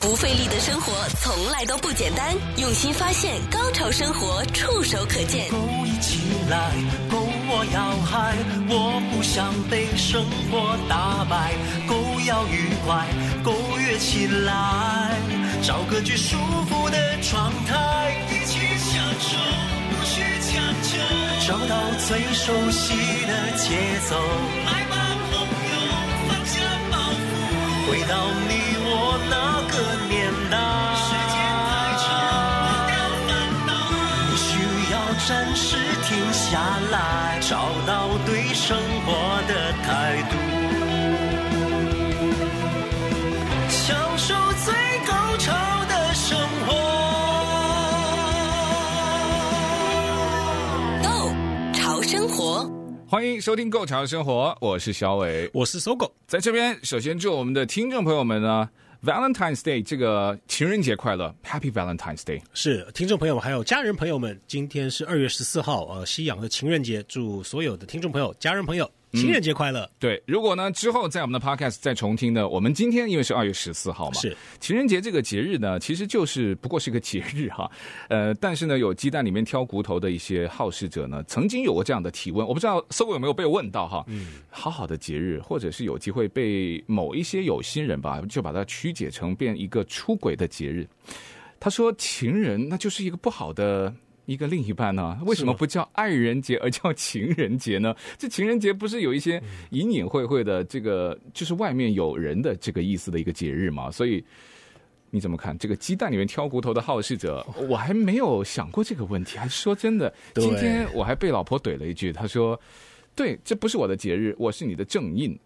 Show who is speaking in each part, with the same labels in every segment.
Speaker 1: 不费力的生活从来都不简单，用心发现，高潮生活触手可见
Speaker 2: 勾。一起来，勾我要嗨，我不想被生活打败，勾要愉快，勾跃起来，找个最舒服的状态，一起享受，不需强求，找到最熟悉的节奏，来吧，朋友，放下包袱，回到你我那个年代，时间太长，不要烦恼。不需要暂时停下来，找到对生活的态度，享受最高潮的生活。
Speaker 1: Go，潮生活。
Speaker 3: 欢迎收听《购潮生活》，我是小伟。
Speaker 4: 我是搜狗，
Speaker 3: 在这边，首先祝我们的听众朋友们呢，Valentine's Day 这个情人节快乐，Happy Valentine's Day！
Speaker 4: 是听众朋友们还有家人朋友们，今天是二月十四号，呃，西洋的情人节，祝所有的听众朋友、家人朋友情人节快乐。
Speaker 3: 对，如果呢之后在我们的 Podcast 再重听呢，我们今天因为是二月十四号嘛，
Speaker 4: 是
Speaker 3: 情人节这个节日呢，其实就是不过是个节日哈， 呃，但是呢，有鸡蛋里面挑骨头的一些好事者呢，曾经有过这样的提问，我不知道搜狗有没有被问到哈，好好的节日，或者是有机会被某一些有心人吧，就把它曲解成变一个出轨的节日。他说情人那就是一个不好的。一个另一半呢、为什么不叫爱人节而叫情人节呢？这情人节不是有一些隐隐晦晦的这个，就是外面有人的这个意思的一个节日嘛？所以你怎么看这个鸡蛋里面挑骨头的好事者？我还没有想过这个问题。还说真的，
Speaker 4: 对
Speaker 3: 今天我还被老婆怼了一句，她说：“对，这不是我的节日，我是你的正印。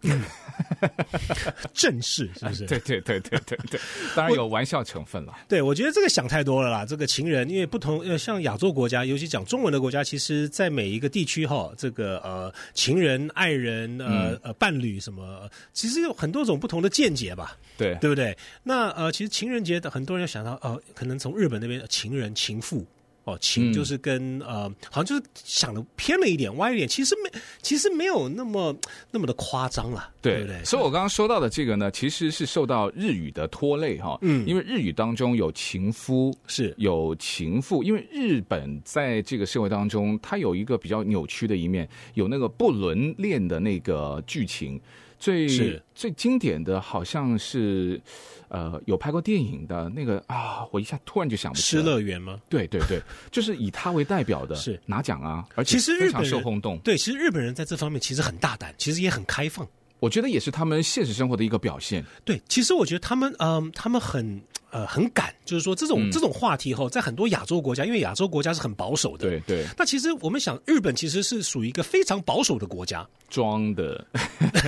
Speaker 4: 正式是不是？”
Speaker 3: 哎对 对对对对对，当然有玩笑成分了。
Speaker 4: 对，我觉得这个想太多了啦。这个情人，因为不同呃，像亚洲国家，尤其讲中文的国家，其实在每一个地区哈，这个呃，情人、爱人、呃、呃，伴侣什么，呃其实有很多种不同的见解吧，
Speaker 3: 对
Speaker 4: 对不对？那呃，其实情人节的很多人想到呃，可能从日本那边情人、情妇。哦，情
Speaker 3: 嗯
Speaker 4: 就是跟、呃，好像就是想的偏了一点、歪一点，其实没，其实没有那么那么的夸张啦，对不对？
Speaker 3: 所以我刚刚说到的这个呢，其实是受到日语的拖累哈，
Speaker 4: 嗯
Speaker 3: 因为日语当中有情夫，
Speaker 4: 是
Speaker 3: 有情妇，因为日本在这个社会当中，它有一个比较扭曲的一面，有那个不伦恋的那个剧情。最
Speaker 4: 是
Speaker 3: 最经典的好像是，呃，有拍过电影的那个啊，我一下突然就想不起
Speaker 4: 失
Speaker 3: 来。
Speaker 4: 乐园吗？
Speaker 3: 对对对，就是以他为代表的，
Speaker 4: 是
Speaker 3: 拿奖啊，而且
Speaker 4: 其实
Speaker 3: 非
Speaker 4: 日本
Speaker 3: 常
Speaker 4: 人
Speaker 3: 受轰动。
Speaker 4: 对，其实日本人在这方面其实很大胆，其实也很开放。
Speaker 3: 我觉得也是他们现实生活的一个表现。
Speaker 4: 对，其实我觉得他们，嗯、他们很呃很敢，就是说这种、
Speaker 3: 嗯
Speaker 4: 这种话题后，在很多亚洲国家，因为亚洲国家是很保守的。
Speaker 3: 对。对，
Speaker 4: 那其实我们想，日本其实是属于一个非常保守的国家。
Speaker 3: 装的。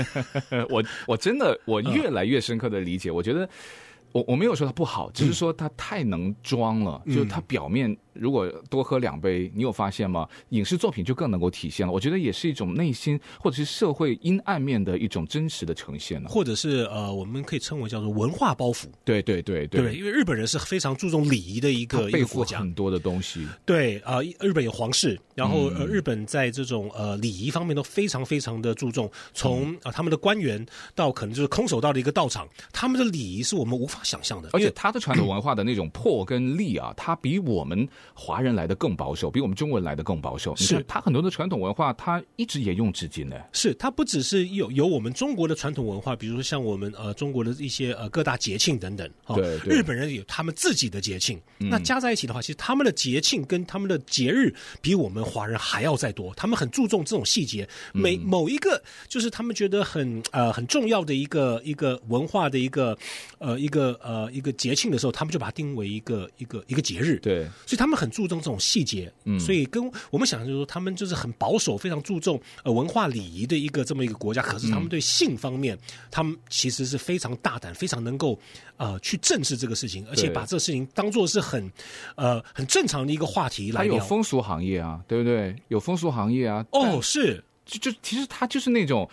Speaker 3: 我我真的我越来越深刻的理解，我觉得我我没有说他不好，
Speaker 4: 嗯
Speaker 3: 只是说他太能装了。就是他表面如果多喝两杯，你有发现吗？影视作品就更能够体现了。我觉得也是一种内心或者是社会阴暗面的一种真实的呈现呢。
Speaker 4: 或者是呃，我们可以称为叫做文化包袱，
Speaker 3: 对对对
Speaker 4: 对不对？，因为日本人是非常注重礼仪的一
Speaker 3: 他
Speaker 4: 个一
Speaker 3: 背
Speaker 4: 个
Speaker 3: 负
Speaker 4: 国家
Speaker 3: 很，多的东西。
Speaker 4: 对啊、呃日本有皇室，然后、
Speaker 3: 嗯
Speaker 4: 呃，日本在这种呃礼仪方面都非常非常的注重，
Speaker 3: 嗯
Speaker 4: 从啊、呃他们的官员到可能就是空手道的一个道场，他们的礼仪是我们无法想象的，
Speaker 3: 而
Speaker 4: 因
Speaker 3: 且
Speaker 4: 为
Speaker 3: 他的传统文化的那种破跟立啊，他比我们华人来的更保守，比我们中国人来的更保守。你看
Speaker 4: 是
Speaker 3: 他很多的传统文化，他一直沿用至今呢。
Speaker 4: 是它不只是有有我们中国的传统文化，比如说像我们呃中国的一些呃各大节庆等等，哦
Speaker 3: 对对嗯
Speaker 4: 日本人有他们自己的节庆，那加在一起的话，其实他们的节庆跟他们的节日比我们华人还要再多，他们很注重这种细节，每
Speaker 3: 嗯
Speaker 4: 某一个就是他们觉得很呃很重要的一个一个文化的一个呃一个呃一个节庆的时候，他们就把它定为一个一个一个节日，
Speaker 3: 对
Speaker 4: 所以他们很注重这种细节，嗯，所以跟我们想象就是说，他们就是很保守，非常注重呃文化礼仪的一个这么一个国家。可是他们对性方面，他们其实是非常大胆，非常能够呃去正视这个事情，而且把这个事情当做是很呃很正常的一个话题来
Speaker 3: 它有
Speaker 4: 聊。
Speaker 3: 哦风俗行业啊，对不对？有风俗行业啊，但
Speaker 4: 哦，是
Speaker 3: 就就其实它就是那种，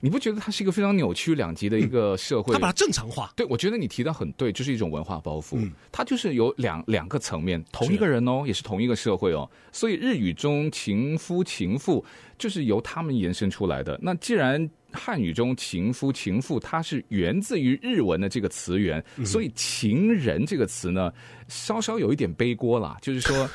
Speaker 3: 你不觉得它是一个非常扭曲两极的一个社会？
Speaker 4: 他把它正常化，
Speaker 3: 对，我觉得你提到很对，就是一种文化包袱，它就是有两两个层面，同一个人哦，也是同一个社会哦，所以日语中情夫情妇就是由他们延伸出来的。那既然汉语中情夫、情妇，它是源自于日文的这个词源，所以“情人”这个词呢，稍稍有一点背锅啦，就是说，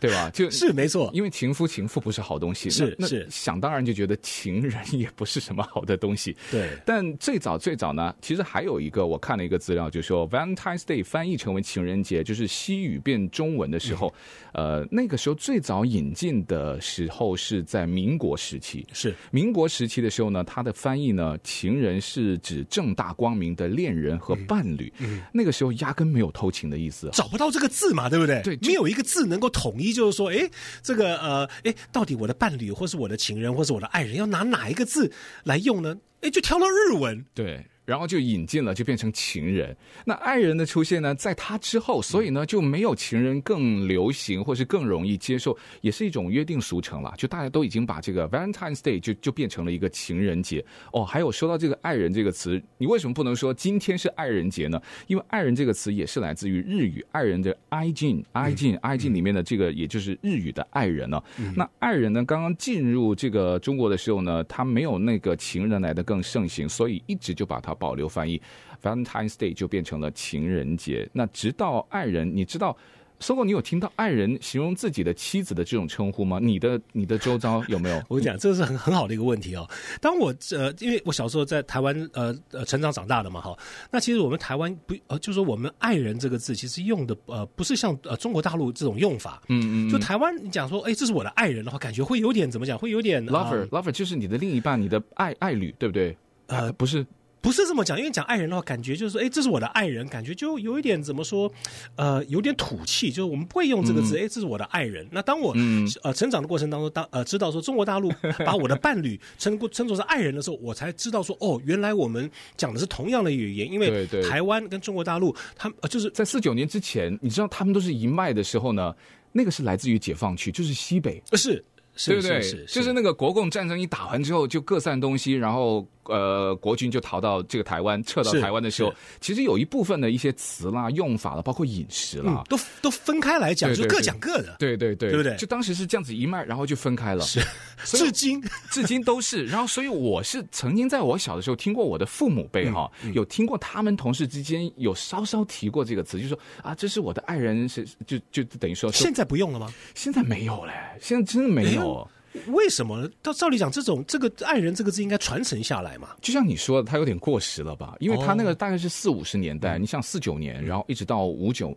Speaker 3: 对吧？就是
Speaker 4: 没错
Speaker 3: 因为情夫、情妇不是好东西，
Speaker 4: 是
Speaker 3: 那那
Speaker 4: 是
Speaker 3: 想当然就觉得情人也不是什么好的东西。
Speaker 4: 对
Speaker 3: 但最早最早呢，其实还有一个我看了一个资料，就说 Valentine's Day 翻译成为情人节，就是西语变中文的时候，呃，那个时候最早引进的时候是在民国时期。
Speaker 4: 是
Speaker 3: 民国时期的时候呢，它的翻译呢，情人是指正大光明的恋人和伴侣，那个时候压根没有偷情的意思。
Speaker 4: 找不到这个字嘛，对不对？
Speaker 3: 对就
Speaker 4: 没有一个字能够统一，就是说，哎，这个呃，哎，到底我的伴侣，或是我的情人，或是我的爱人，要拿哪一个字来用呢？哎，就挑了日文，
Speaker 3: 对，然后就引进了，就变成情人。那爱人的出现呢，在他之后，所以呢就没有情人更流行，或是更容易接受，也是一种约定俗成了。就大家都已经把这个 Valentine's Day 就就变成了一个情人节。哦，还有说到这个“爱人”这个词，你为什么不能说今天是爱人节呢？因为“爱人”这个词也是来自于日语“爱人”的 “i
Speaker 4: 嗯
Speaker 3: 敬 i 敬 i 敬”里面的这个，也就是日语的“爱人”呢。
Speaker 4: 嗯
Speaker 3: 那“爱人”呢，刚刚进入这个中国的时候呢，它没有那个“情人”来的更盛行，所以一直就把它保留翻译，Valentine's Day 就变成了情人节。那直到“爱人”，你知道。搜狗，你有听到爱人形容自己的妻子的这种称呼吗？你的你的周遭有没有？
Speaker 4: 我讲这是很很好的一个问题哦。当我呃，因为我小时候在台湾呃呃成长长大的嘛哈，那其实我们台湾不呃，就是我们“爱人”这个字，其实用的呃不是像呃中国大陆这种用法，嗯嗯，就台湾你讲说，哎，这是我的爱人的话，感觉会有点怎么讲，会有点
Speaker 3: lover
Speaker 4: 呃
Speaker 3: lover 就是你的另一半，你的爱爱侣，对不对？
Speaker 4: 呃
Speaker 3: 不是，
Speaker 4: 不是这么讲，因为讲爱人的话，感觉就是说，哎，这是我的爱人，感觉就有一点怎么说，呃，有点土气，就是我们不会用这个字，
Speaker 3: 嗯
Speaker 4: 哎、这是我的爱人。那当我、呃成长的过程当中，当呃知道说中国大陆把我的伴侣称过称作是爱人的时候，我才知道说，哦，原来我们讲的是同样的语言，因
Speaker 3: 对
Speaker 4: 为
Speaker 3: 对
Speaker 4: 台湾跟中国大陆，他们、呃、就是
Speaker 3: 在四九年之前，你知道他们都是一脉的时候呢，那个是来自于解放区，就是西北，
Speaker 4: 是是
Speaker 3: 对不对？
Speaker 4: 是是，
Speaker 3: 就是那个国共战争一打完之后，就各散东西，然后呃，国军就逃到这个台湾，撤到
Speaker 4: 是
Speaker 3: 台湾的时候，其实有一部分的一些词啦、用法啦，包括饮食啦
Speaker 4: 嗯，，都都分开来讲，
Speaker 3: 对对
Speaker 4: 就各
Speaker 3: 对
Speaker 4: 讲各的，
Speaker 3: 对对对，
Speaker 4: 对不对
Speaker 3: 就当时是这样子一脉，然后就分开了。是，所以
Speaker 4: 至今。
Speaker 3: 至今都是。然后，所以我是曾经在我小的时候听过我的父母
Speaker 4: 嗯
Speaker 3: 辈哈，有听过他们同事之间有稍稍提过这个词，就说啊，这是我的爱人，是就就等于说说
Speaker 4: 现在不用了吗？哎
Speaker 3: 现在没有嘞，现在真的没有。
Speaker 4: 为什么呢？照照理讲，这种这个“爱人”这个字应该传承下来嘛。
Speaker 3: 就像你说的，它有点过时了吧？因为它那
Speaker 4: 哦
Speaker 3: 个大概是四五十年
Speaker 4: 嗯
Speaker 3: 代，你像四九年，然后一直到五九，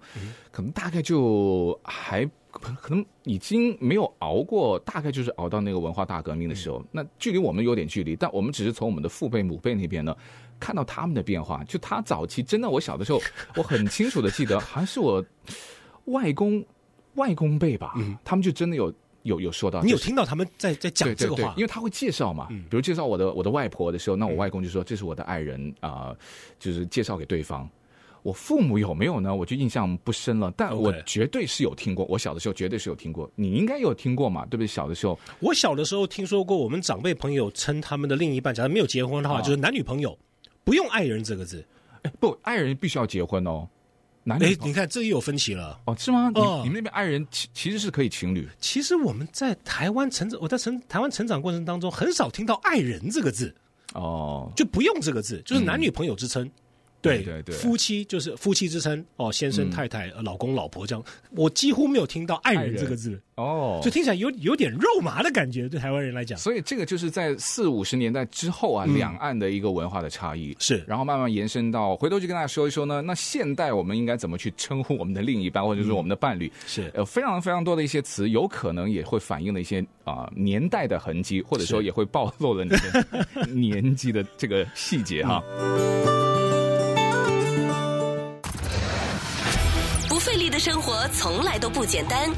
Speaker 3: 可能大概就还可可能已经没有熬过，大概就是熬到那个文化大革命的时
Speaker 4: 嗯
Speaker 3: 候。那距离我们有点距离，但我们只是从我们的父辈母辈那边呢。看到他们的变化，就他早期真的，我小的 时候，我很清楚的记得，好像是我外公外公辈吧，他们就真的有有有说到，
Speaker 4: 嗯你有
Speaker 3: 啊就是
Speaker 4: 听到他们在在讲
Speaker 3: 对
Speaker 4: 这
Speaker 3: 对
Speaker 4: 个
Speaker 3: 对
Speaker 4: 话，嗯
Speaker 3: 因为他会介绍嘛，比如介绍我的我的外婆的时候，那我外公就说这是我的爱人啊、就是介绍给对方。我父母有没有呢？我就印象不深了，但
Speaker 4: OK
Speaker 3: 我绝对是有听过。我小的时候绝对是有听过，你应该有听过嘛，对不对？小的 时候，
Speaker 4: 我小的时候听说过，我们长辈朋友称他们的另一半，假如没有结婚的话，
Speaker 3: 啊
Speaker 4: 就是男女朋友，不用“爱人”这个字。
Speaker 3: 哎，不，爱人必须要结婚哦，男女
Speaker 4: 哎，
Speaker 3: 朋
Speaker 4: 你看这也有分歧了。
Speaker 3: 哦是吗？你、
Speaker 4: 哦
Speaker 3: 你们那边爱人其其实是可以情侣，
Speaker 4: 其实我们在台湾成长，我在成台湾成长过程当中，很少听到“爱人”这个字，
Speaker 3: 哦，
Speaker 4: 就不用这个字，就是男女朋友之称。对
Speaker 3: 嗯对对
Speaker 4: 夫妻就是夫妻之称哦，先生、太太、呃老公、老婆这样，我几乎没有听到“爱
Speaker 3: 爱
Speaker 4: 人”
Speaker 3: 人
Speaker 4: 这个字，
Speaker 3: 哦，
Speaker 4: 就听起来有有点肉麻的感觉，对台湾人来讲。
Speaker 3: 所以这个就是在四五十年代之后
Speaker 4: 嗯
Speaker 3: 啊，两岸的一个文化的差异
Speaker 4: 是
Speaker 3: 然后慢慢延伸到，回头就跟大家说一说呢，那现代我们应该怎么去称呼我们的另一半，或者是我们的伴侣？
Speaker 4: 是
Speaker 3: 呃，非常非常多的一些词，有可能也会反映了一些啊、年代的痕迹，或者说
Speaker 4: 是
Speaker 3: 也会暴露了你的 年纪的这个细节哈。
Speaker 1: 不费力的生活从来都不简单。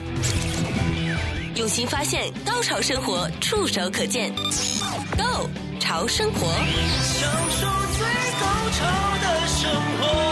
Speaker 1: 用心发现，高潮生活触手可见 Go 潮生活，
Speaker 2: 享受最高潮的生活。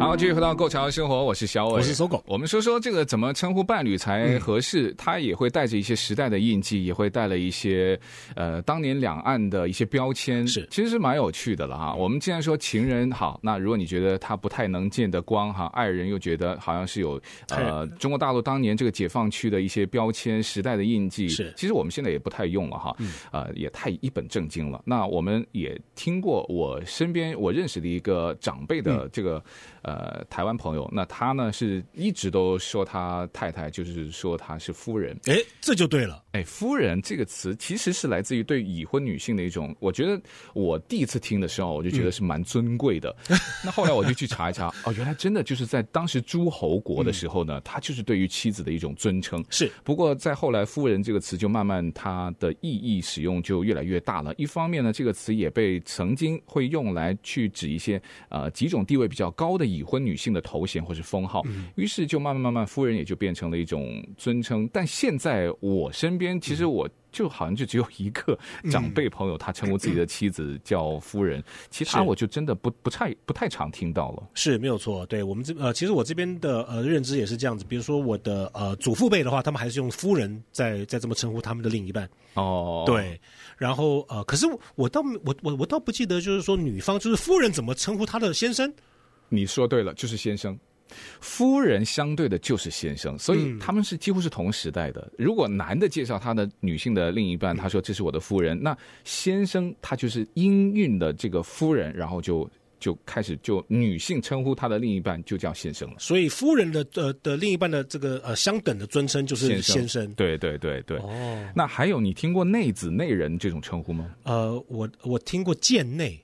Speaker 3: 好，好，继续回到《购潮生活》，我是小伟，
Speaker 4: 我是搜狗
Speaker 3: 我们说说这个怎么称呼伴侣才合适，它也会带着一些时代的印记，也会带了一些呃当年两岸的一些标签，
Speaker 4: 是
Speaker 3: 其实是蛮有趣的了哈。我们既然说情人好，那如果你觉得他不太能见得光哈，爱人又觉得好像是有呃中国大陆当年这个解放区的一些标签、时代的印记，
Speaker 4: 是
Speaker 3: 其实我们现在也不太用了哈，呃，也太一本正经了。那我们也听过我身边我认识的一个长辈的这个、呃台湾朋友，那他呢是一直都说他太太，就是说她是夫人。
Speaker 4: 哎，这就对了，
Speaker 3: 哎，夫人这个词其实是来自于对已婚女性的一种，我觉得我第一次听的时候，我就觉得是蛮尊贵的。那后来我就去查一查，哦，原来真的就是在当时诸侯国的时候呢，他就是对于妻子的一种尊称。
Speaker 4: 是
Speaker 3: 不过在后来，“夫人”这个词就慢慢它的意义使用就越来越大了。一方面呢，这个词也被曾经会用来去指一些呃几种地位比较高的已婚女性的头衔或是封号，
Speaker 4: 嗯
Speaker 3: 于是就慢慢慢慢，“夫人”也就变成了一种尊称。但现在我身边，其
Speaker 4: 嗯
Speaker 3: 实我。就好像就只有一个长辈朋友，他称呼自己的妻子叫夫人，其他
Speaker 4: 嗯是
Speaker 3: 我就真的不不太不太常听到了。
Speaker 4: 是没有错。对我们这呃，其实我这边的呃认知也是这样子。比如说我的呃祖父辈的话，他们还是用夫人在在这么称呼他们的另一半。
Speaker 3: 哦，，
Speaker 4: 对，然后呃，可是我我倒没我我我倒不记得，就是说女方就是夫人怎么称呼她的先生。
Speaker 3: 你说对了，就是先生。夫人相对的就是先生，所
Speaker 4: 嗯
Speaker 3: 以他们是几乎是同时代的。如果男的介绍他的女性的另一半，他说这是我的夫人，那先生他就是音韵的这个夫人，然后就就开始就女性称呼他的另一半就叫先生了。
Speaker 4: 所以夫人的呃的另一半的这个呃相等的尊称就是
Speaker 3: 先
Speaker 4: 先
Speaker 3: 生，
Speaker 4: 生。
Speaker 3: 对对对对。
Speaker 4: 哦，
Speaker 3: 那还有你听过内子内人这种称呼吗？
Speaker 4: 呃，我我听过贱内。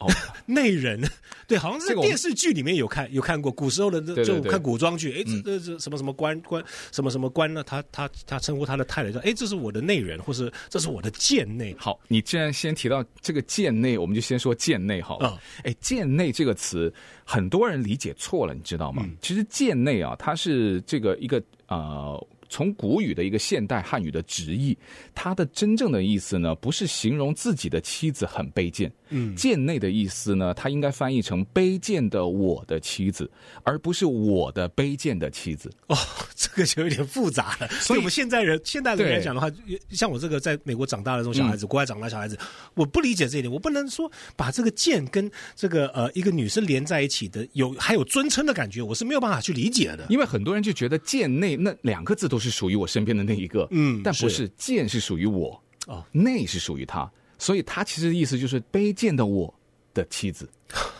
Speaker 3: 哦，
Speaker 4: 内人， 对，好像是
Speaker 3: 这
Speaker 4: 在
Speaker 3: 个我们
Speaker 4: 电视剧里面有看有看过，古时候的这
Speaker 3: 对对
Speaker 4: 就
Speaker 3: 对嗯
Speaker 4: 看古装剧，哎，这这这什么什么官官什么什么官呢？他他他称呼他的太太说，哎，这是我的内人，或是这是我的贱内，
Speaker 3: 好，你既然先提到这个贱内，我们就先说贱内好了。哎、贱内这个词，很多人理解错了，你知道吗？其实贱内啊，它是这个一个呃。从古语的一个现代汉语的直译，它的真正的意思呢，不是形容自己的妻子很卑贱，嗯，贱内的意思呢，它应该翻译成卑贱的我的妻子，而不是我的卑贱的妻子。
Speaker 4: 哦， 这个就有点复杂了。所以我们现在人现代人来讲的话，像我这个在美国长大的这种小
Speaker 3: 嗯
Speaker 4: 孩子，国外长大的小孩子，我不理解这一点，我不能说把这个剑跟这个呃一个女生连在一起的，有还有尊称的感觉，我是没有办法去理解的。
Speaker 3: 因为很多人就觉得“贱内”那两个字都是属于我身边的那一个，
Speaker 4: 嗯
Speaker 3: 但不是
Speaker 4: 是
Speaker 3: “贱”是属于我，
Speaker 4: 哦，
Speaker 3: 内是属于他，所以他其实意思就是卑贱的我的妻子，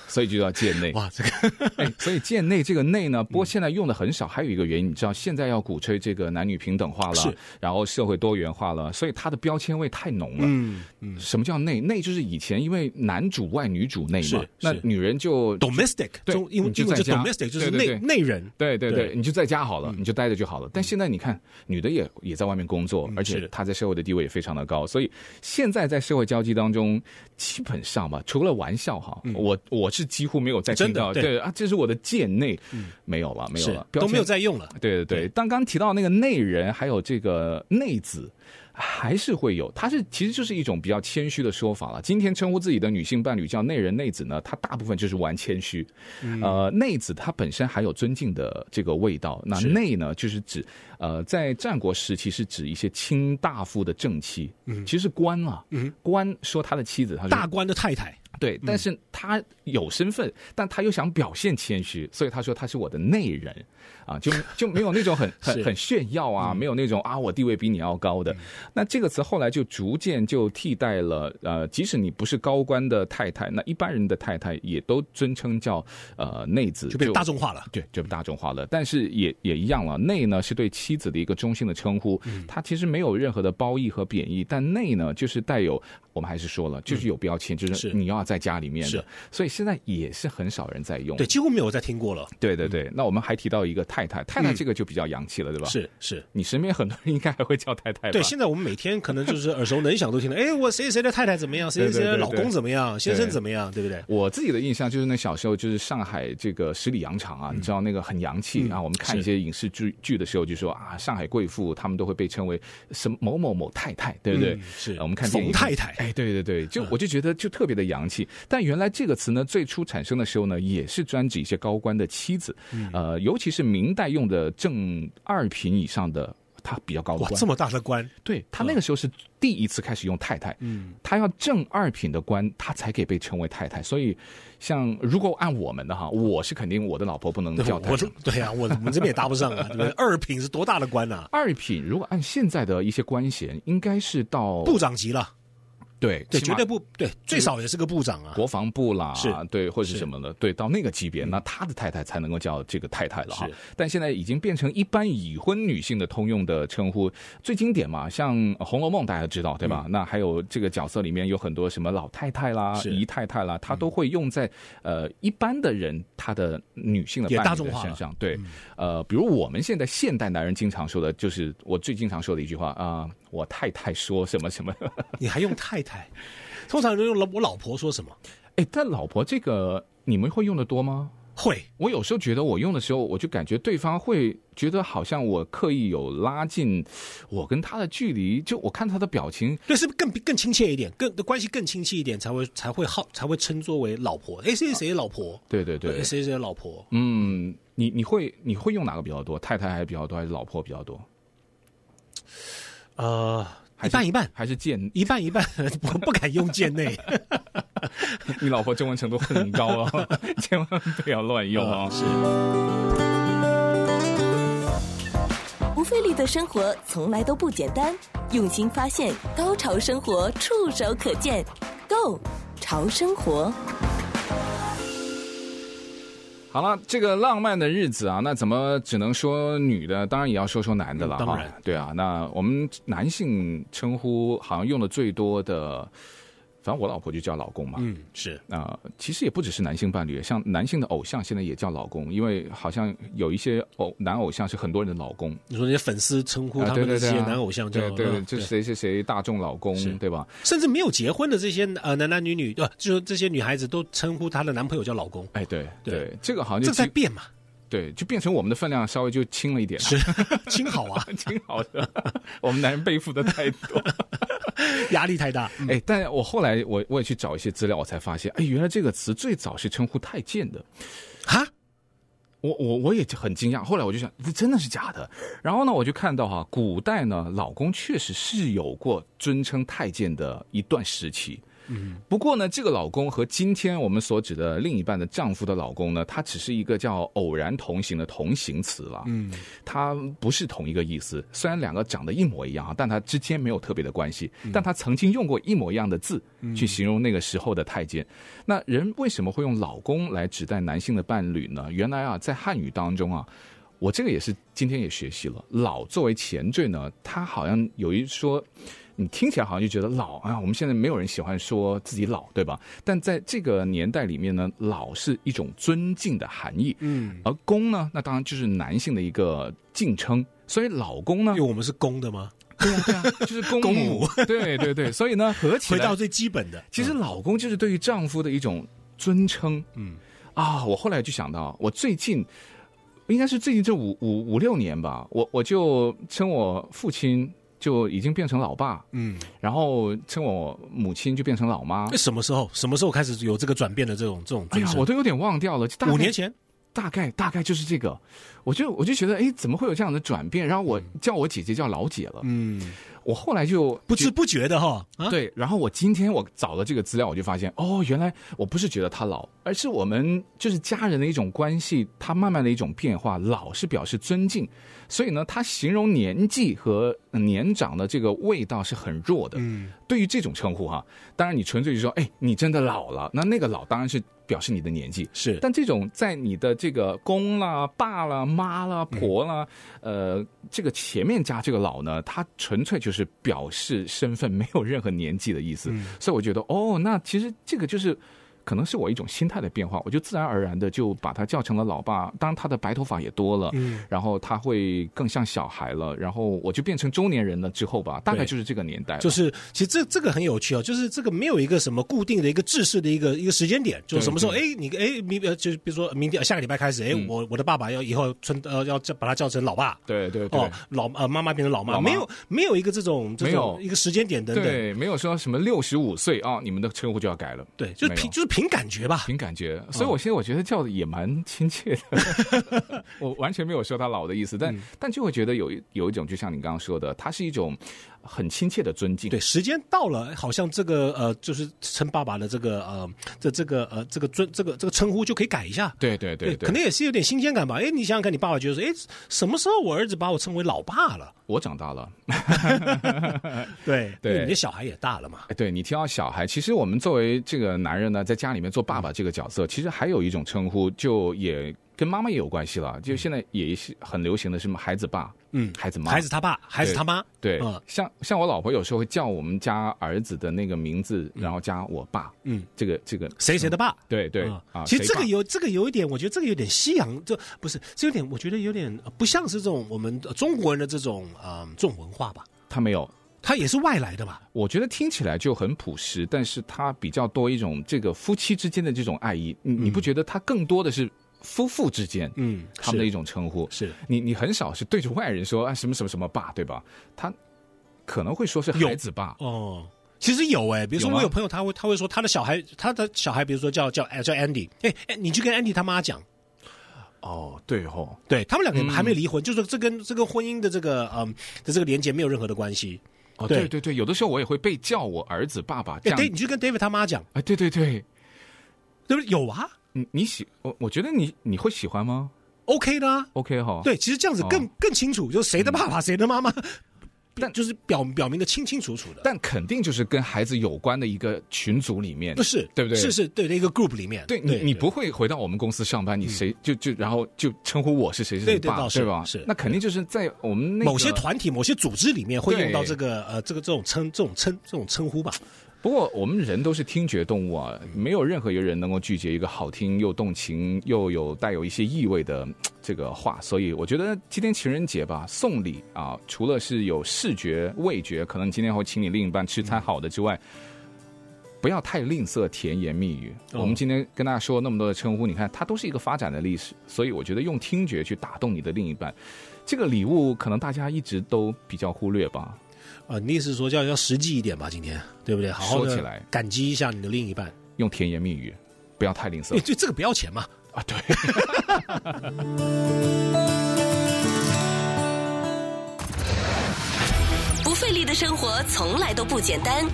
Speaker 3: 所以就叫贱内。
Speaker 4: 哇，这嗯个
Speaker 3: 哎所以贱内这个内呢，不过现在用的很少，还有一个原因，你知道现在要鼓吹这个男女平等化了
Speaker 4: 是，
Speaker 3: 然后社会多元化了，所以它的标签味太浓了。
Speaker 4: 嗯 嗯
Speaker 3: 什么叫内？内就是以前因为男主外女主内嘛
Speaker 4: 是，
Speaker 3: 那
Speaker 4: 是
Speaker 3: 女人就
Speaker 4: ，domestic，
Speaker 3: 对
Speaker 4: 中英文
Speaker 3: 你就
Speaker 4: 英文
Speaker 3: 在
Speaker 4: 就
Speaker 3: 家
Speaker 4: domestic 就是
Speaker 3: 对对对
Speaker 4: 内内人，
Speaker 3: 对对对，
Speaker 4: 对嗯
Speaker 3: 你就在家好了，你就待着就好了。但现在你看，女的也也在外面工作，而
Speaker 4: 嗯是
Speaker 3: 且
Speaker 4: 的
Speaker 3: 她在社会的地位也非常的高，所以现在在社会交际当中，基本上吧，除了玩笑哈，我我是几乎没有再听
Speaker 4: 嗯哦真的
Speaker 3: 到
Speaker 4: 对嗯
Speaker 3: 对啊，这是我的贱内，没有了，没有
Speaker 4: 是
Speaker 3: 了，标
Speaker 4: 都
Speaker 3: 签
Speaker 4: 没有在用了。
Speaker 3: 对对对，但刚提到那个内人，还有这个内子，还是会有，它是其实就是一种比较谦虚的说法了。今天称呼自己的女性伴侣叫内人内子呢，它大部分就是玩谦虚。呃，内子它本身还有尊敬的这个味道，那内呢就是指呃，在战国时期是指一些卿大夫的正妻，嗯，其实是官啊，嗯，官说他的妻子，他说
Speaker 4: 大官的太太，
Speaker 3: 对，
Speaker 4: 嗯
Speaker 3: 但是他有身份，但他又想表现谦虚，所以他说他是我的内人，啊，就就没有那 种很很
Speaker 4: 是嗯
Speaker 3: 很炫耀啊，没有那种啊我地位比你要高的。那这个词后来就逐渐就替代了，呃，即使你不是高官的太太，那一般人的太太也都尊称叫呃内子，
Speaker 4: 就变大众化了。
Speaker 3: 对，就大众化了，但是也也一样了。内呢是对妻子的一个中性的称呼，
Speaker 4: 嗯
Speaker 3: 它其实没有任何的褒义和贬义，但内呢就是带有我们还是说了，就是有标签，就是
Speaker 4: 嗯是
Speaker 3: 你要在家里面的
Speaker 4: 是，
Speaker 3: 所以现在也是很少人在用。
Speaker 4: 对，嗯几乎没有再听过了。
Speaker 3: 对对对，那我们还提到一个太太，太太这个就比较洋气了，对吧？，
Speaker 4: 嗯是是，
Speaker 3: 你身边很多人应该还会叫太太吧？
Speaker 4: 对，现在我们每天可能就是耳熟能详，都听到，哎，我谁谁的太太怎么样，谁谁谁
Speaker 3: 对对
Speaker 4: 的
Speaker 3: 对
Speaker 4: 老公怎么样，先
Speaker 3: 对
Speaker 4: 生怎么样，对不对？
Speaker 3: 我自己的印象就是那小时候就是上海这个十里洋场啊，
Speaker 4: 嗯
Speaker 3: 你知道那个很洋气啊。我们看一些影视剧剧的时候就说啊，上海贵妇她们都会被称为什么某某某太太，对不对？
Speaker 4: 嗯是
Speaker 3: 呃我们看电影
Speaker 4: 冯太太嗯
Speaker 3: 哎，对对对，就我就觉得就特别的洋气。但原来这个词呢，最初产生的时候呢，也是专指一些高官的妻子，
Speaker 4: 嗯
Speaker 3: 呃，尤其是明代用的正二品以上的。他比较高的
Speaker 4: 哇，
Speaker 3: 官
Speaker 4: 这，么大的官，
Speaker 3: 对他那个时候是第一次开始用太太，嗯，他要正二品的官，他才可以被称为太太。所以，像如果按我们的哈，我是肯定我的老婆不能
Speaker 4: 对
Speaker 3: 叫
Speaker 4: 我
Speaker 3: 太
Speaker 4: 我
Speaker 3: 太。
Speaker 4: 对呀、我我们这边也搭不 上啊，对不对？二品是多大的官啊呐、
Speaker 3: 二品如果按现在的一些官衔，应该是到
Speaker 4: 部长级了，
Speaker 3: 对
Speaker 4: 对，
Speaker 3: 起
Speaker 4: 绝
Speaker 3: 码
Speaker 4: 对不对，最少也是个部长啊。
Speaker 3: 国防部啦，
Speaker 4: 是嗯
Speaker 3: 对或者是什么的，对，到那个级别，那他的太太才能够叫这个太太了哈
Speaker 4: 是。
Speaker 3: 但现在已经变成一般已婚女性的通用的称呼，最经典嘛，像《红楼梦》大家知道对吧？那还有这个角色里面有很多什么老太太啦、
Speaker 4: 嗯是嗯
Speaker 3: 姨太太啦，她都会用在呃一般的人她的女性的
Speaker 4: 也
Speaker 3: 伴
Speaker 4: 大
Speaker 3: 侣
Speaker 4: 众
Speaker 3: 的
Speaker 4: 化
Speaker 3: 身
Speaker 4: 了嗯
Speaker 3: 上，对，呃，比如我们现在现代男人经常说的，就是我最经常说的一句话啊、我太太说什么什 么。
Speaker 4: 你还用太太？通常都用老我老婆说什么？
Speaker 3: 哎，但老婆这个你们会用的多吗？
Speaker 4: 会
Speaker 3: 我有时候觉得我用的时候，我就感觉对方会觉得好像我刻意有拉近我跟他的距离，就我看他的表情，
Speaker 4: 对，是不是更更亲切一点，更关系更亲切一点，才会才会好才会称作为老婆？哎，谁谁谁的老婆？
Speaker 3: 对对对
Speaker 4: 诶，谁谁谁的老婆？
Speaker 3: 嗯，你你会你会用哪个比较多？太太还比较多，还是老婆比较多？
Speaker 4: 呃，
Speaker 3: 还
Speaker 4: 一
Speaker 3: 是
Speaker 4: 半一半，
Speaker 3: 还是贱？
Speaker 4: 一半一半， 我不敢用贱内。
Speaker 3: 你老婆中文程度很高哦， 千万不要乱用哦。
Speaker 4: 是
Speaker 1: 不费力的生活从来都不简单，用心发现，高潮生活触手可见 g o 潮生活。
Speaker 3: 好了，这个浪漫的日子啊，那怎么只能说女的，当然也要说说男的了、
Speaker 4: 嗯
Speaker 3: 哈。
Speaker 4: 当然
Speaker 3: 对啊，那我们男性称呼好像用的最多的，反正我老婆就叫老公嘛。
Speaker 4: 嗯是
Speaker 3: 啊、其实也不只是男性伴侣，像男性的偶像现在也叫老公，因为好像有一些偶男偶像是很多人的老公，
Speaker 4: 你说那些粉丝称呼
Speaker 3: 啊，
Speaker 4: 他
Speaker 3: 对
Speaker 4: 们
Speaker 3: 对
Speaker 4: 的这
Speaker 3: 对
Speaker 4: 些
Speaker 3: 啊，
Speaker 4: 男偶像叫
Speaker 3: 对对对，
Speaker 4: 嗯
Speaker 3: 这谁谁谁大众老公
Speaker 4: 是，
Speaker 3: 对吧？
Speaker 4: 甚至没有结婚的这些呃男男女女，呃，就是这些女孩子都称呼她的男朋友叫老公，
Speaker 3: 哎，对
Speaker 4: 对
Speaker 3: 对，这个好像就
Speaker 4: 这在
Speaker 3: 几
Speaker 4: 变嘛？
Speaker 3: 对，就变成我们的分量稍微就轻了一点，
Speaker 4: 是亲好啊，
Speaker 3: 挺好的，我们男人背负的太多。
Speaker 4: 压力太大。
Speaker 3: 哎，但我后来我我也去找一些资料，我才发现，哎，原来这个词最早是称呼太监的。
Speaker 4: 哈，
Speaker 3: 我我我也很惊讶，后来我就想，这真的是假的。然后呢，我就看到哈、古代呢，老公确实是有过尊称太监的一段时期。嗯，不过呢，这个老公和今天我们所指的另一半的丈夫的老公呢，他只是一个叫偶然同行的同行词了。嗯，它不是同一个意思，虽然两个长得一模一样啊，但它之间没有特别的关系。但他曾经用过一模一样的字去形容那个时候的太监。那人为什么会用老公来指代男性的伴侣呢？原来啊，在汉语当中啊，我这个也是今天也学习了，老作为前缀呢，它好像有一说。你听起来好像就觉得老啊，我们现在没有人喜欢说自己老，对吧？但在这个年代里面呢，老是一种尊敬的含义，嗯，而公呢，那当然就是男性的一个敬称，所以老公呢
Speaker 4: 因为，我们是公的吗？
Speaker 3: 对啊对啊，就是公母，
Speaker 4: 公母
Speaker 3: 对对对，所以呢，合起
Speaker 4: 回
Speaker 3: 来
Speaker 4: 到最基本的，
Speaker 3: 其实
Speaker 4: 嗯
Speaker 3: 老公就是对于丈夫的一种尊称。嗯，啊，我后来就想到，我最近应该是最近这五五五六年吧，我我就称我父亲就已经变成老爸，
Speaker 4: 嗯，
Speaker 3: 然后称我母亲就变成老妈
Speaker 4: 那。什么时候什么时候开始有这个转变的这种这种
Speaker 3: 哎
Speaker 4: 尊
Speaker 3: 呀，
Speaker 4: 称
Speaker 3: 我？都有点忘掉了，大概
Speaker 4: 五年前
Speaker 3: 大概大概就是这个，我就我就觉得，哎，怎么会有这样的转变？然后
Speaker 4: 嗯
Speaker 3: 我叫我姐姐叫老姐了，嗯，我后来就
Speaker 4: 不知不觉的哈啊，
Speaker 3: 对，然后我今天我找了这个资料，我就发现哦，原来我不是觉得他老，而是我们就是家人的一种关系，它慢慢的一种变化。老是表示尊敬，所以呢，它形容年纪和年长的这个味道是很弱的。嗯，对于这种称呼哈、当然你纯粹就说，哎，你真的老了，那那个老当然是表示你的年纪。
Speaker 4: 是
Speaker 3: 但这种在你的这个公啦、爸啦、妈啦、婆啦，
Speaker 4: 嗯
Speaker 3: 呃，这个前面加这个老呢，它纯粹就是
Speaker 4: 嗯
Speaker 3: 表示身份没有任何年纪的意思。所以我觉得，哦，那其实这个就是可能是我一种心态的变化，我就自然而然的就把他叫成了老爸。当然，他的白头发也多了，
Speaker 4: 嗯
Speaker 3: 然后他会更像小孩了，然后我就变成中年人了之后吧，大概
Speaker 4: 对
Speaker 3: 就是这个年代了。
Speaker 4: 就是其实这这个很有趣哦，就是这个没有一个什么固定的一个制式的一个一个时间点，就是什么时候哎你哎明呃就是比如说明天下个礼拜开始哎
Speaker 3: 嗯
Speaker 4: 我我的爸爸要以后春呃要叫把他叫成老爸。
Speaker 3: 对对对。
Speaker 4: 哦，老呃，妈妈变成老妈，
Speaker 3: 老妈
Speaker 4: 没有没有一个这种这
Speaker 3: 没有
Speaker 4: 种一个时间点等等，
Speaker 3: 对，没有说什么六十五岁啊，你们的称呼就要改了。
Speaker 4: 对，就是
Speaker 3: 没有
Speaker 4: 凭就是凭感觉吧，
Speaker 3: 凭感觉，
Speaker 4: 嗯
Speaker 3: 所以我现在我觉得叫的也蛮亲切的， 我完全没有说他老的意思，
Speaker 4: 嗯
Speaker 3: 但但就会觉得有一有一种，就像你刚刚说的，它是一种很亲切的尊敬。
Speaker 4: 对，时间到了，好像这个呃，就是称爸爸的这个呃，这这个呃，这个尊这个这个称呼就可以改一下。
Speaker 3: 对对对
Speaker 4: 可能也是有点新鲜感吧。哎，你想想看，你爸爸觉得说，哎，什么时候我儿子把我称为老爸了？
Speaker 3: 我长大了。
Speaker 4: 对
Speaker 3: 对
Speaker 4: 因为你的小孩也大了嘛。
Speaker 3: 哎对你提到小孩，其实我们作为这个男人呢，在家里面做爸
Speaker 4: 嗯
Speaker 3: 爸这个角色，其实还有一种称呼，就也跟妈妈也有关系了。就现在也是很流行的是什么孩子爸，
Speaker 4: 嗯
Speaker 3: 孩子妈，
Speaker 4: 孩子他爸，孩子
Speaker 3: 对
Speaker 4: 他妈，
Speaker 3: 对，
Speaker 4: 嗯
Speaker 3: 像像我老婆有时候会叫我们家儿子的那个名字，然后加我爸，
Speaker 4: 嗯，
Speaker 3: 这个这个
Speaker 4: 谁谁的爸。
Speaker 3: 对对
Speaker 4: 啊
Speaker 3: 啊，
Speaker 4: 其实
Speaker 3: 谁
Speaker 4: 这个
Speaker 3: 爸
Speaker 4: 有这个有一点，我觉得这个有点西洋，就不是，这有点，我觉得有点呃不像是这种我们呃中国人的这种啊、呃这种文化吧，
Speaker 3: 他没有。
Speaker 4: 它也是外来的吧？
Speaker 3: 我觉得听起来就很朴实，但是它比较多一种这个夫妻之间的这种爱意，你你不觉得它更多的是夫妇之间，
Speaker 4: 嗯
Speaker 3: 他们的
Speaker 4: 是
Speaker 3: 一种称呼？
Speaker 4: 是
Speaker 3: 你你很少是对着外人说啊什么什么什么爸，对吧？他可能会说是
Speaker 4: 有
Speaker 3: 孩子爸，
Speaker 4: 哦，其实有哎、比如说
Speaker 3: 有吗
Speaker 4: 我有朋友，他会他会说他的小孩，他的小孩，比如说叫叫哎叫 Andy，哎、哎你去跟 Andy 他妈讲，
Speaker 3: 哦，对哦，
Speaker 4: 对他们两个还没离婚，就是说这跟这跟婚姻的这个嗯的这个连接没有任何的关系。
Speaker 3: 哦，
Speaker 4: 对
Speaker 3: 对对对，有的时候我也会被叫我儿子爸爸这
Speaker 4: 哎、
Speaker 3: 样，
Speaker 4: 对，你去跟 David 他妈讲，
Speaker 3: 哎，对对对，
Speaker 4: 对不对？有啊
Speaker 3: 你你喜我我觉得你你会喜欢吗
Speaker 4: ，OK 的啊。
Speaker 3: ？OK 哈，
Speaker 4: 对，其实这样子更、更清楚，就是谁的爸爸，谁的妈妈，
Speaker 3: 哦嗯但
Speaker 4: 就是表表明的清清楚楚的。
Speaker 3: 但肯定就是跟孩子有关的一个群组里面，
Speaker 4: 不是，
Speaker 3: 对不对？
Speaker 4: 是是对的一个 group 里面，
Speaker 3: 对你，
Speaker 4: 对嗯
Speaker 3: 你不会回到我们公司上班，你谁就就然后就称呼我是谁是
Speaker 4: 对
Speaker 3: 你
Speaker 4: 对
Speaker 3: 爸，
Speaker 4: 倒是
Speaker 3: 对吧？
Speaker 4: 是
Speaker 3: 那肯定就是在我们那个
Speaker 4: 某些。团体、某些组织里面会用到
Speaker 3: 对
Speaker 4: 这个呃这个这种称这种称这种称呼吧。
Speaker 3: 不过我们人都是听觉动物啊，没有任何一个人能够拒绝一个好听又动情又有带有一些意味的嘖这个话。所以我觉得今天情人节吧，送礼啊，除了是有视觉、味觉，可能今天会请你另一半吃餐好的之外。不要太吝啬甜言蜜语。
Speaker 4: 哦
Speaker 3: 我们今天跟大家说那么多的称呼，你看它都是一个发展的历史，所以我觉得用听觉去打动你的另一半，这个礼物可能大家一直都比较忽略吧。
Speaker 4: 啊，你意思是说要要实际一点吧？今天对不对？好好
Speaker 3: 说
Speaker 4: 的
Speaker 3: 起来
Speaker 4: 感激一下你的另一半，
Speaker 3: 用甜言蜜语，不要太吝
Speaker 4: 因为
Speaker 3: 啬
Speaker 4: 这这个不要钱嘛。
Speaker 3: 啊！对。
Speaker 1: 不费力的生活从来都不简单，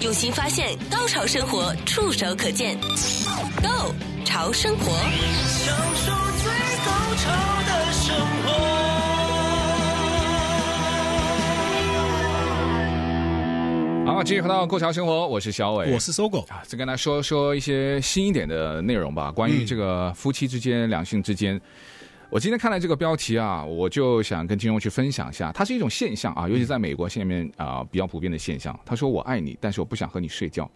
Speaker 1: 用心发现，高潮生活触手可见 g 潮生活。
Speaker 2: 享受最高潮的生活。
Speaker 3: 好，继续回到《过桥生活》，我是小伟，
Speaker 4: 我是搜 狗，
Speaker 3: 啊，再跟大家说说一些新一点的内容吧，关于
Speaker 4: 嗯
Speaker 3: 这个夫妻之间、两性之间。我今天看了这个标题啊，我就想跟听众去分享一下，它是一种现象
Speaker 4: 嗯
Speaker 3: 啊，尤其在美国下面啊、比较普遍的现象。他说：“我爱你，但是我不想和你睡觉，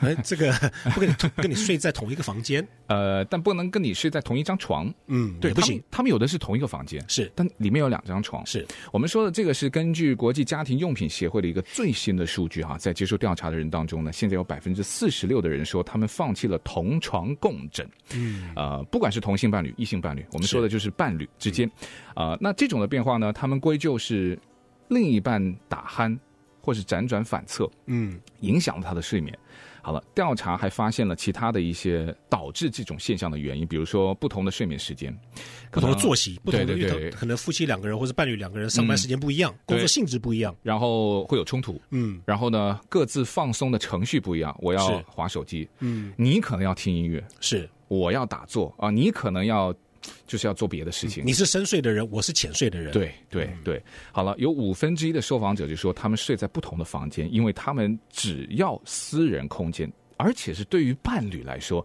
Speaker 4: 哎，这个不跟你跟你睡在同一个房间，
Speaker 3: 呃，但不能跟你睡在同一张床。”
Speaker 4: 嗯，
Speaker 3: 对，
Speaker 4: 也不
Speaker 3: 他们
Speaker 4: 行，。
Speaker 3: 他们有的是同一个房间，
Speaker 4: 是
Speaker 3: 但里面有两张床。
Speaker 4: 是，
Speaker 3: 我们说的这个是根据国际家庭用品协会的一个最新的数据哈、在接受调查的人当中呢，现在有百分之四十六的人说他们放弃了同床共枕。嗯，呃，不管是同性伴侣、异性伴侣，我们说的就是伴侣之间，啊，那这种的变化呢，他们归咎是另一半打鼾或是辗转反侧。
Speaker 4: 嗯，
Speaker 3: 影响了他的睡眠。好了，调查还发现了其他的一些导致这种现象的原因，比如说不同的睡眠时间，
Speaker 4: 不同的作息，不同的
Speaker 3: 对
Speaker 4: 遇
Speaker 3: 对
Speaker 4: 到
Speaker 3: 对，嗯
Speaker 4: 可能夫妻两个人或者伴侣两个人上班时间不一样，工
Speaker 3: 对
Speaker 4: 作性质不一样，
Speaker 3: 然后会有冲突。
Speaker 4: 嗯，
Speaker 3: 然后呢，各自放松的程序不一样。我要
Speaker 4: 是
Speaker 3: 划手机，嗯，你可能要听音乐，
Speaker 4: 是，
Speaker 3: 我要打坐啊，你可能要就是要做别的事情。
Speaker 4: 嗯你是嗯深睡的人，我是浅睡的人，，
Speaker 3: 对对对，好了，有五分之一的受访者就说他们睡在不同的房间，因为他们只要私人空间，而且是对于伴侣来说，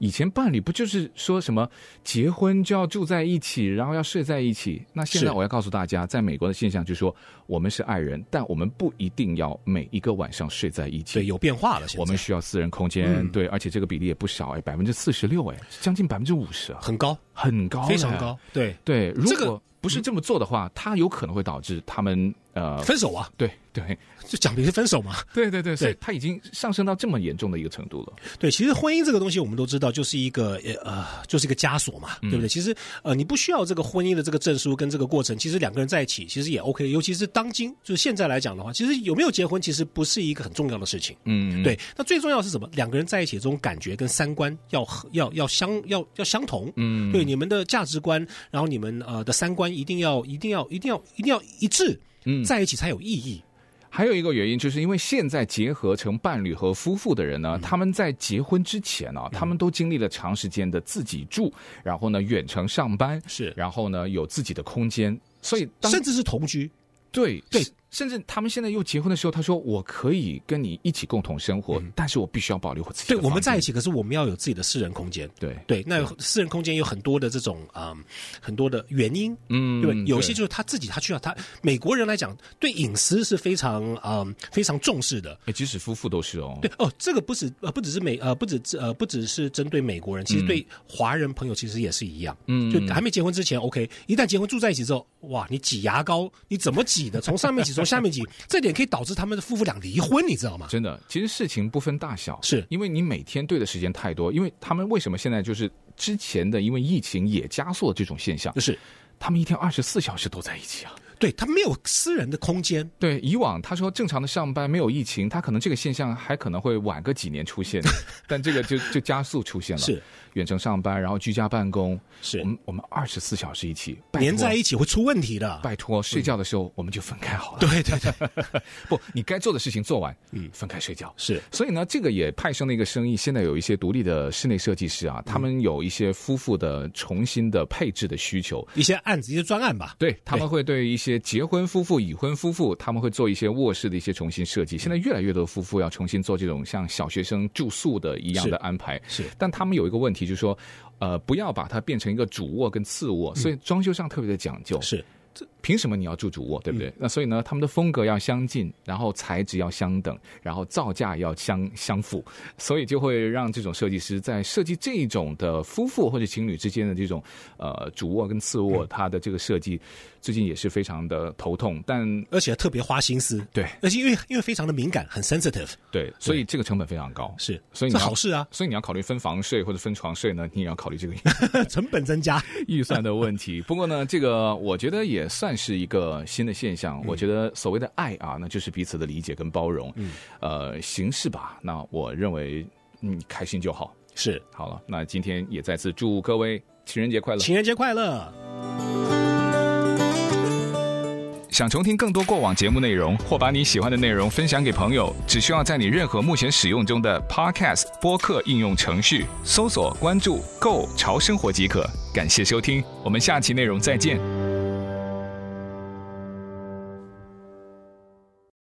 Speaker 3: 以前办理不就是说什么结婚就要住在一起，然后要睡在一起？那现在
Speaker 4: 是
Speaker 3: 我要告诉大家，在美国的现象就是说，我们是爱人，但我们不一定要每一个晚上睡在一起。
Speaker 4: 对，有变化了。现在
Speaker 3: 我们需要私人空间，
Speaker 4: 嗯
Speaker 3: 对，而且这个比例也不少哎，百分之四十六哎，将近百分之五十啊，
Speaker 4: 很高，
Speaker 3: 很高，哎
Speaker 4: 非常高。。对，
Speaker 3: 对，如
Speaker 4: 这个
Speaker 3: 果不是这么做的话，它有可能会导致他们呃，
Speaker 4: 分手啊，
Speaker 3: 对对
Speaker 4: 就讲明是分手嘛。
Speaker 3: 对对对，所以它已经上升到这么严重的一个程度了。
Speaker 4: 对，其实婚姻这个东西，我们都知道，就是一个呃呃，就是一个枷锁嘛，对不对？其实呃，你不需要这个婚姻的这个证书跟这个过程，其实两个人在一起其实也 OK。尤其是当今，就是现在来讲的话，其实有没有结婚，其实不是一个很重要的事情。
Speaker 3: 嗯，
Speaker 4: 对，那最重要的是什么？两个人在一起这种感觉跟三观要合要要相要要相同，嗯，对，你们的价值观，然后你们呃的三观一定要一定要一定要一定要一致，嗯，在一起才有意义。
Speaker 3: 还有一个原因，就是因为现在结合成伴侣和夫妇的人
Speaker 4: 嗯
Speaker 3: 呢，他们在结婚之前呢、他们都经历了长时间的自己住，然后呢远程上班，
Speaker 4: 是
Speaker 3: 然后呢有自己的空间，所以当
Speaker 4: 甚至是同居，
Speaker 3: 对
Speaker 4: 对
Speaker 3: 甚甚至他们现在又结婚的时候，他说我可以跟你一起共同生活，但是我必须要保留我自己的
Speaker 4: 嗯对，我们
Speaker 3: 房间
Speaker 4: 在一起，可是我们要有自己的私人空间。
Speaker 3: 对
Speaker 4: 对，那有私人空间有很多的这种啊、嗯很多的原因，
Speaker 3: 嗯
Speaker 4: 对吧？有些
Speaker 3: 对
Speaker 4: 就是他自己，他需要他美国人来讲，对隐私是非常啊、嗯非常重视的。
Speaker 3: 诶哎即使夫妇都是哦，
Speaker 4: 对哦，这个不止呃，不只是美呃，不只呃，不只是针对美国人，其实对华人朋友其实也是一样。嗯，就还没结婚之前，OK，一旦结婚住在一起之后，哇，你挤牙膏，你怎么挤的？从 上面挤，从下面挤，这点可以导致他们的夫妇俩离婚，你知道吗？
Speaker 3: 真的，其实事情不分大小，
Speaker 4: 是
Speaker 3: 因为你每天对的时间太多，因为他们为什么现在就是之前的，因为疫情也加速了这种现象，
Speaker 4: 就是
Speaker 3: 他们一天二十四小时都在一起啊。
Speaker 4: 对他没有私人的空间，
Speaker 3: 对，以往他说正常的上班没有疫情，他可能这个现象还可能会晚个几年出 现，但这个就就加速出现了。
Speaker 4: 是
Speaker 3: 远程上班，然后居家办公，
Speaker 4: 是
Speaker 3: 我们我们二十四小时一起拜
Speaker 4: 粘
Speaker 3: 托
Speaker 4: 在一起会出问题的。
Speaker 3: 拜托，睡觉的时候我们就分开好了。
Speaker 4: 对对对，
Speaker 3: 不，你该做的事情做完，嗯，分开睡觉。
Speaker 4: 是
Speaker 3: 所以呢，这个也派生了一个生意。现在有一些独立的室内设计师啊，他们有一些夫妇的重新的配置的需求。
Speaker 4: 一些案子，一些专案吧。
Speaker 3: 对，他们会对一些结婚夫妇、已婚夫妇，他们会做一些卧室的一些重新设计。现在越来越多的夫妇要重新做这种像小学生住宿的一样的
Speaker 4: 是
Speaker 3: 安排。
Speaker 4: 是
Speaker 3: 但他们有一个问题，就是说，呃，不要把它变成一个主卧跟次卧，所以装修上特别的讲究。
Speaker 4: 是
Speaker 3: 凭什么你要住主卧，对不对？那所以呢，他们的风格要相近，然后材质要相等，然后造价要相相符，所以就会让这种设计师在设计这种的夫妇或者情侣之间的这种呃主卧跟次卧，它的这个设计最近也是非常的头痛，但
Speaker 4: 而且特别花心思。
Speaker 3: 对
Speaker 4: 而且因为因为非常的敏感，很 sensitive。
Speaker 3: 对，所以这个成本非常高，
Speaker 4: 是
Speaker 3: 所以你
Speaker 4: 这
Speaker 3: 要
Speaker 4: 好事啊
Speaker 3: 所以你要考虑分房睡或者分床睡呢，你也要考虑这个
Speaker 4: 成本增加，
Speaker 3: 预算的问题。不过呢，这个我觉得也算是一个新的现象。我觉得所谓的爱啊，那就是彼此的理解跟包容。嗯，呃，形式吧，那我认为嗯开心就好。
Speaker 4: 是
Speaker 3: 好了，那今天也再次祝各位情人节快乐。
Speaker 4: 情人节快乐。
Speaker 3: 想重听更多过往节目内容，或把你喜欢的内容分享给朋友，只需要在你任何目前使用中的 Podcast 播客应用程序搜索关注“购潮生活”即可。感谢收听，我们下期内容再见。